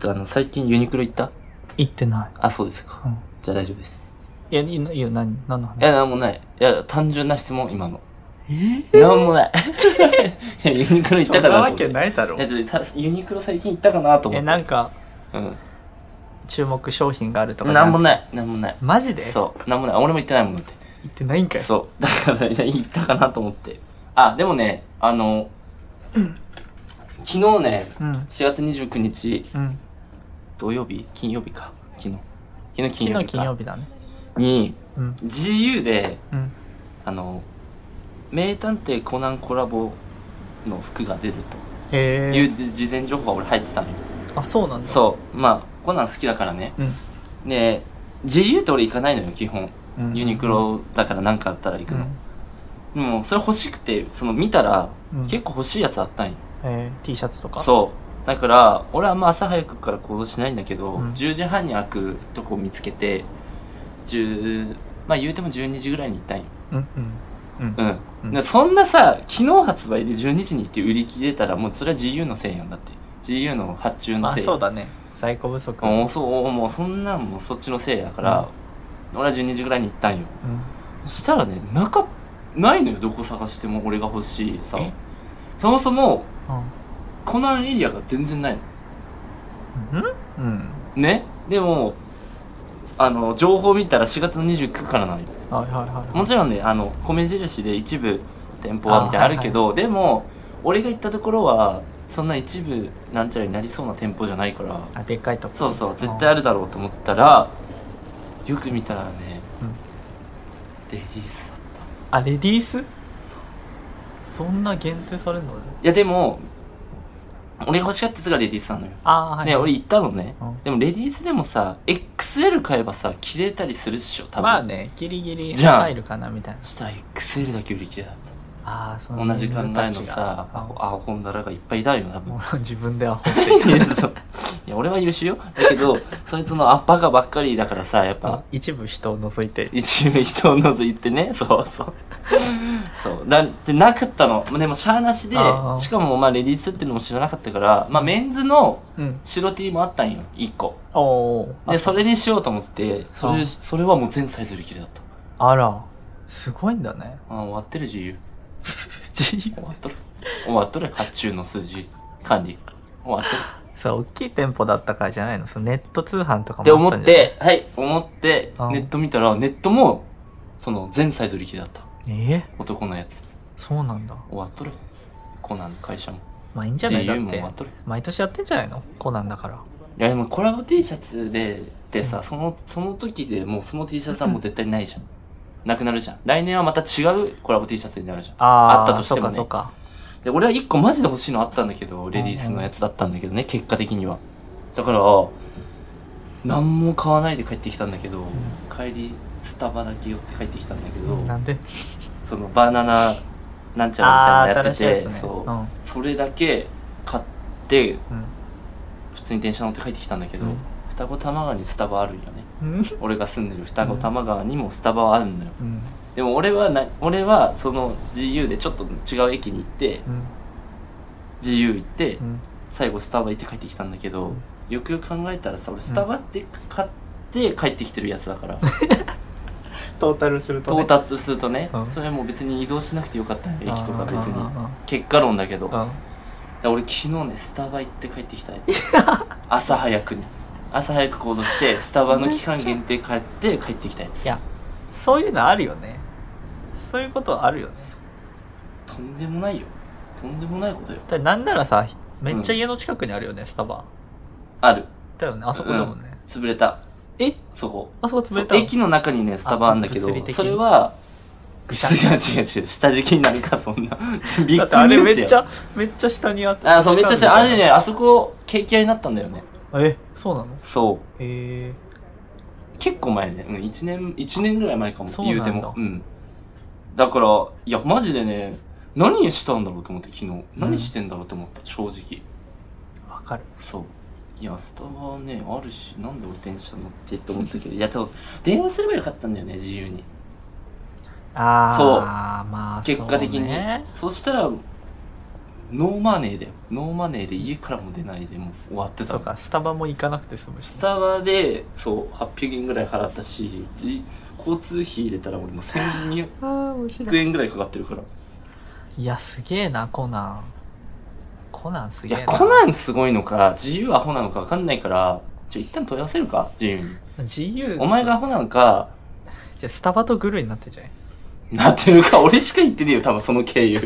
とあの、最近ユニクロ行った行ってない。あ、そうですか。うんじゃあ大丈夫です。いや、いいよいいよ、何、何のい話や、なんもない。いや、単純な質問、今の。えなんも ない。いや、ユニクロ行ったかなと思って。ないだろいやちょっとさユニクロ最近行ったかなと思え、って。なんか、う注目商品があるとか。ん。なんもい。ない。なんもない。マジで行そう。なんもない。俺も行ってないもんだって。ってないんかい。そう。だから、いや行ったかなと思って。あ、でもね、あの、昨日ね、うん。 4月29日、うん。土曜日金曜日か。昨日。昨日金曜昨日日金曜か。日だね。に、うん。 GU で、うん。あの、名探偵コナンコラボの服が出るといへうじ事前情報が俺入ってたのよ。え。あ、そうなんだ。そう。まあ、コナン好きだからね。う。うん。で、GU って俺行かないのよ、基本。うんユニクロだから何かあったら行くうの。ん。でも、それ欲しくて、その見たら、うん結構欲しいやつあったんよ。えー、T シャツとか。そう。だから、俺はあんま朝早くから行動しないんだけど、うん10時半に開くとこを見つけて、10、まあ言うても12時ぐらいに行ったんよ。う。うん。うん。うん。うんでそんなさ、昨日発売で12時に行って売り切れたら、もうそれは GU のせいやんだって。GU の発注まのあ、せい。そうだね。在庫不足。もうそう、もうそんなんもうそっちのせいだから、俺は12時ぐらいに行ったんよ。うん。そしたらね、なか、ないのよ、どこ探しても俺が欲しいさえ。そもそも、うんコナンエリアが全然ないの。うんうん。ねでも、あの、情報見たら4月の29からなのよ。はいはいはい。もちろんね、あの、米印で一部店舗はみたいなのあるけど、でも、俺が行ったところは、そんな一部なんちゃらになりそうな店舗じゃないから、あ、でっかいとこ。そうそう、絶対あるだろうと思ったら、よく見たらね、レディースだった。あ、レディースそんな限定されるのね。いや、でも、俺が欲しかったやつがレディースなのよ。あーはい。ね、俺行ったのねうん。でもレディースでもさ、XL 買えばさ、着れたりするっしょ、多分。まあね、ギリギリじゃあ入るかなみたいなそ。したら XL だけ売り切れだった。ああ、その同じ考えの水たちがさ、アホ、アホンダラがいっぱいいたよ、多分も。う自分でアホ。いやそう いや、俺は優秀よ。だけど、そいつのアッパーがばっかりだからさ、やっぱ、一部人を除いて。一部人を除いてね、そうそう。そう。だってなかったの。でも、シャーなしであ、ーしかも、まあ、レディースっていうのも知らなかったから、まあ、メンズのうん。白 T もあったんよ、一個。おお。で、それにしようと思って、そあれ、ーそれはもう全サイズ売り切れだった。あら、すごいんだ ね。あー終わってる、自由。自由終わっとる。終わっとる、発注の数字、管理。終わっとる。さ、大きい店舗だったからじゃないのそのネット通販とかっても思あったっんじゃない。て、はい、思って、うんネット見たら、ネットも、その、全サイズ売り切れだった。ええ男のやつ。そうなんだ。終わっとる。コナンの会社も。まあいいんじゃないだ GU っも終てわっ。とる。毎年やってんじゃないのコナンだから。いや、でもコラボ T シャツで、でさ、その、その時でもうその T シャツはもう絶対ないじゃん。なくなるじゃん。来年はまた違うコラボ T シャツになるじゃん。あーあったとしてもねそうかで、俺は一個マジで欲しいのあったんだけど、レディースのやつだったんだけどね、結果的には。だから、何も買わないで帰ってきたんだけど、帰り、スタバだけ寄って帰ってきたんだけそうど、か。なんでそのバナナなんちゃらみたいなのやってて、そう、それだけ買ってう。うん。普通に電車乗って帰ってきたんだけど、うん双子玉川にスタバあるんよねうん。俺が住んでる双子玉川にもスタバはあるのようん。でも俺はな俺はその GU でちょっと違う駅に行ってうん。 GU 行ってうん。最後スタバ行って帰ってきたんだけど、うんよくよく考えたらさ俺スタバで買って帰ってきてるやつだから、トータルすると、ね。到達するとね、うんそれはもう別に移動しなくてよかったのよ駅とか別にに。結果論だけど、うん。だから俺昨日ねスタバ行って帰ってきたよ朝早くに朝早く行動 してスタバの期間限定買って帰ってきたやついやそういうのあるよね。そういうことはあるよね。とんでもないよとんでもないことよだなんならさ、めっちゃ家の近くにあるよね、スタバ。あるだよね、あそこだもんね。潰れたえそこあそこ潰れそたうの駅の中にねスタバあんだけあど物理的にそれはぐしゃ 違う違う違う下敷きになるかそんなビ だッってあグれニュめースっちやゃ、めっちゃ下にあって。あそうめっちゃ下あれね。ねあそこケーキ屋になったんだよねえ、そうなのそうへえ。結構前ね、うん、1年、一年ぐらい前かも、そうなん言だうても。うん。だから、いや、マジでね、何したんだろうと思って、昨日。何してんだろうと思った、正直。わかる。そう。いや、スタバね、あるし、なんで俺電車乗ってって思ったけど、いや、そう、電話すればよかったんだよね、自由に。あー、そうまあ、結果的に。そうねそうしたら、ノーマネーで、ノーマネーで家からも出ないでもう終わってそたう。か、スタバも行かなくて済むしス。タバで、そう、800円ぐらい払ったし、じ交通費入れたら俺もう1200ああ、面白い。円ぐらいかかってるから。いや、すげえな、コナン。コナンすいげえな。や、コナンすごいのか、自由アホなのかわかんないから、ちょ、一旦問い合わせるか、自由に。 GU。お前がアホなのか、じゃあスタバとグルーになってんじゃないなってるか、俺しか言ってねえよ、多分その経 由。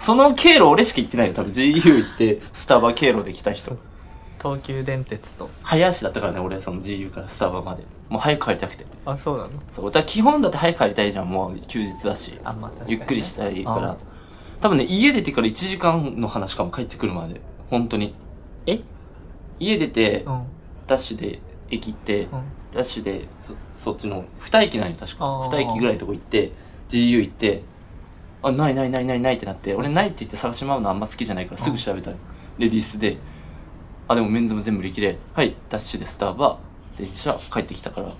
その経路俺しか言ってないよ、多分 GU 行って、スタバ経路で来た人。東急電鉄と。早足だったからね、俺、その GU からスタバまで。もう早く帰りたくて。あ、そうなのそう、だから基本だって早く帰りたいじゃん、もう休日だし。あ、まあ確かにね、ゆっくりしたいかあら。多分ね、家出てから1時間の話かも帰ってくるまで。本当に。え家出てう、ん。うん。ダッシュで駅行って、ダッシュでそ、そっちの、二駅なんよ、確あか。ー二駅ぐらいのとこ行って、GU 行って、あ、ないないないないないってなって、俺ないって言って探し回るのあんま好きじゃないからすぐ調べたのレディースで、あ、でもメンズも全部売り切れ、はい、ダッシュでスターバー、電車帰ってきたから。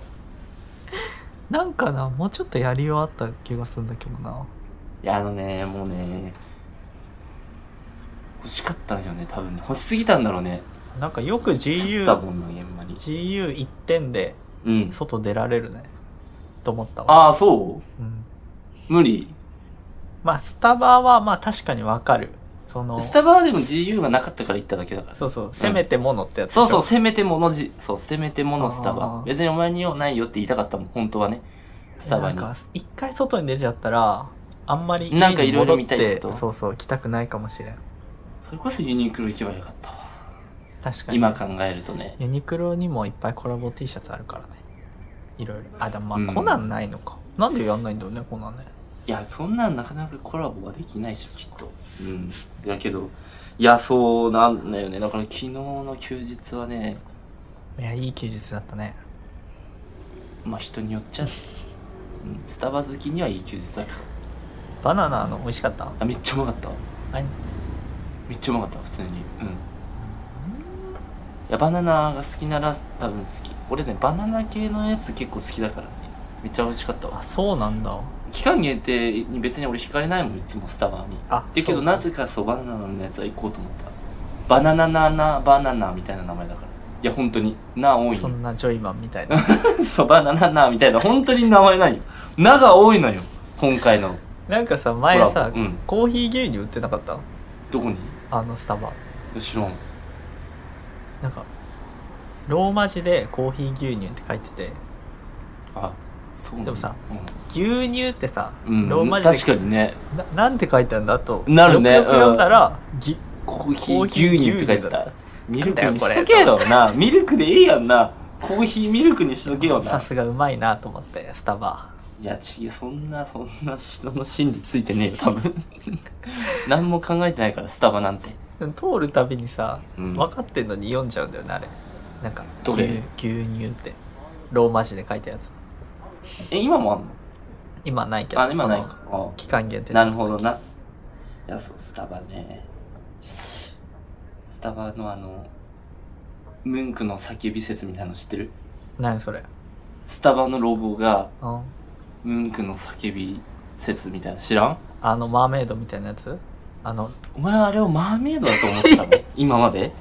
なんかな、もうちょっとやりようあった気がするんだけどな。いや、あのね、もうね、欲しかったんよね、多分ね。欲しすぎたんだろうね。なんかよく切った GU、もんの現場に。 GU1 点でうん。外出られるね。と思ったわ。ああ、そううん。無理。まあ、スタバはまあ確かにわかる。その、スタバはでも GU がなかったから行っただけだから。そうそう、せめてものってやつでしそょ。うそう、せめてものじ、そう、せめてものスタあバー。別にお前に用ないよって言いたかったもん、本当はね。スタバに。なんか一回外に出ちゃったらあんまりなんかいろいろ見たいって家にこと戻っそうそう来たくないかもしれんそれこそユニクロ行けばよかったわ。確かに今考えるとね。ユニクロにもいっぱいコラボ T シャツあるからねいろいろあでもうんまあコナンないのか、なんでやんないんだろうねコナンねいや、そんなんなかなかコラボはできないでしょ、きっと。うん。だけど、いや、そうなんだよね。だから昨日の休日はね、いやいい休日だったねまあ人によっちゃ、うんスタバ好きにはいい休日だった。バナナの美味しかったあ、めっちゃうまかった。あれめっちゃうまかった、普通に。うん。いや、バナナが好きなら多分好き。俺ね、バナナ系のやつ結構好きだからね。めっちゃ美味しかったわあ。そうなんだ期間限定に別に俺惹かれないもん、いつもスタバに。あだけど、なぜかそう、バナナのやつは行こうと思った。バナナナナバナナみたいな名前だから。いや、本当に。な多いその。んなジョイマンみたいな そう、バナナナみたいな。本当に名前ないよ。なが多いのよ。今回の。なんかさ前コラさ、ボうんコーヒー牛乳売ってなかったどこにあのスタバ知らん。なんかローマ字でコーヒー牛乳って書いててあ、そうなんだでもさ、うん牛乳ってさ、うん、ローマ字で確かにね、ななんて書いてあるんだとなるねよくよく読んだら、ぎコーヒコーーヒー牛乳って書いて牛乳だた。ミルクにしとけよな。ミルクでいいやんな。コーヒーミルクにしとけよさな。すがうまいなと思ってスタバいや、ちげそんな、そんな人の心理ついてねえよ、多分。 何も考えてないから、スタバなんて。通るたびにさ、うん分かってんのに読んじゃうんだよねあれなんかどれ牛牛乳ってローマ字で書いたやつえ、今もあんの今ないけどあ、今ないそかの。あ期間限定なるほどな。いや、そう、スタバね。スタバのあの、ムンクの叫び説みたいなの知ってる何それスタバのロゴが、うんムンクの叫び説みたいなの知らんあのマーメイドみたいなやつあのお前はあれをマーメイドだと思ってた の今まで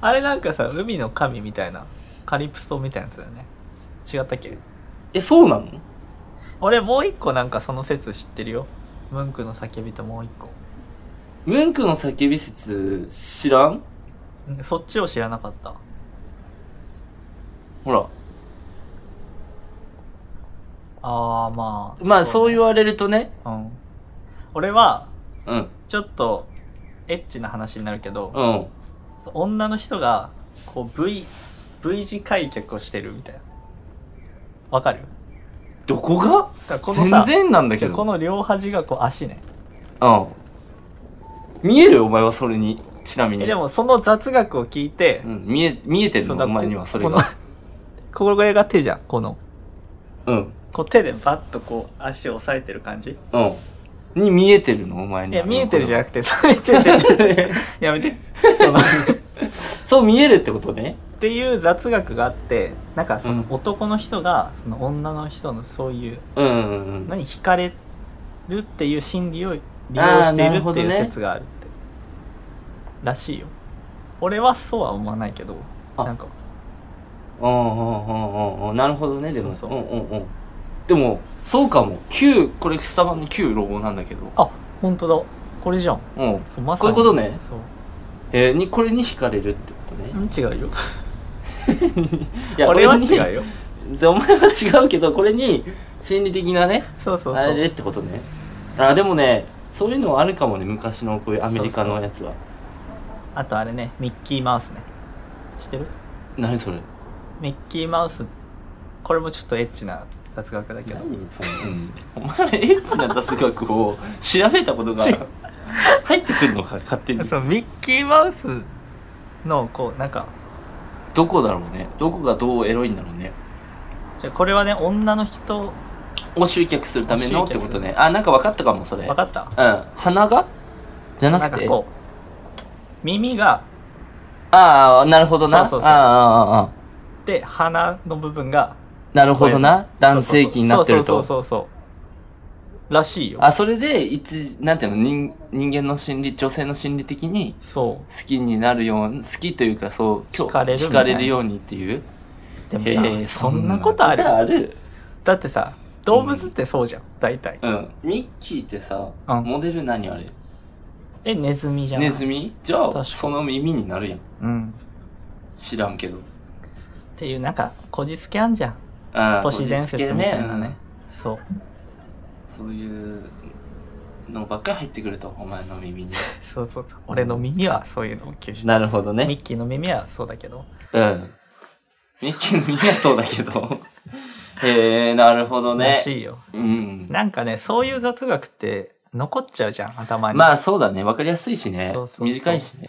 あれなんかさ海の神みたいなカリプソみたいなやつだよね違ったっけえ、そうなの俺もう一個なんかその説知ってるよムンクの叫びともう一個ムンクの叫び説知らんうんそっちを知らなかったほら。ああまあまあそう言わわれるとね。うん俺はうん。ちょっとエッチな話になるけど、うん。女の人がこう V V 字開脚をしてるみたいなわかるどこがだからこの全さ然なんだけじゃあこど。の両端がこう足ねうん。見えるお前はそれに。ちなみえに。でもその雑学を聞いて、うん。見え、見えてるそのうだお前にはそれこのが。これが手じゃんこのうん。こう手でバッとこう足を押さえてる感じうん。に見えてるのお前いには。や見えてるじゃん。なくて そうちょちょちょちょやめてその そう見えるってことね。っていう雑学があってなんかそのうん男の人がその女の人のそういううんうんうん。何惹かれるっていう心理を利用しているあーなるほってどいうね説があるらしいよ俺はそうは思わないけどあなんかうんうんうんうんうん。なるほどね、でも。そううそうんうんうん。でも、そうかも。旧、これスタバの旧ロゴなんだけど。あ本当だこれじゃんうん。そうまさこういにうことね。そうえーに、これに惹かれるってことねう。ん違うよいや俺はこれに違うよでお前は違うけど、これに心理的なね、そうそうそうあれでってことね。あ、でもね、そういうのはあるかもね、昔のこういうアメリカのやつは。あとあれねミッキーマウスね知ってる何それミッキーマウスこれもちょっとエッチな雑学だけど何それ、お前エッチな雑学を調べたことが違う入ってくるのか、勝手に。そうミッキーマウスのこうなんかどこだろうね。どこがどうエロいんだろうね。じゃあこれはね女の人を集客するための集って客ことね。あ、なんか分かったかも、それ。分かったうん。鼻がじゃなくんて。かこう耳がああ、なるほどな。そうそうそうああ、ああ、ああ。で鼻の部分がなるほどな。男性器になってると。そうそうそうそうそうそうらしいよあ、それで、一、なんていうの、人、人間の心理、女性の心理的にそ好きになるように、好きというかそう、惹かれるみ惹たいなかれるようにっていう。うでもさそんなことあるあるだってさ動物ってそうじゃん大体うん。ミッキーってさ、うんモデル何あれえネズミじゃんネズミじゃ確かあ、にその耳になるやん。うん知らんけど。っていうなんかこじつけあんじゃんああ、都市伝説みたいなねうんそうそういうのばっかり入ってくると、お前の耳 に。そうそうそう俺の耳はそういうのを吸収なるほどミね。ッキーの耳はそうだけどうん。ミッキーの耳はそうだけ ど。へえ、なるほどらね。しいようん。なんかねそういう雑学って残っちゃうじゃん頭にまあそうだね。わかりやすいしね。そうそうそう短いしね。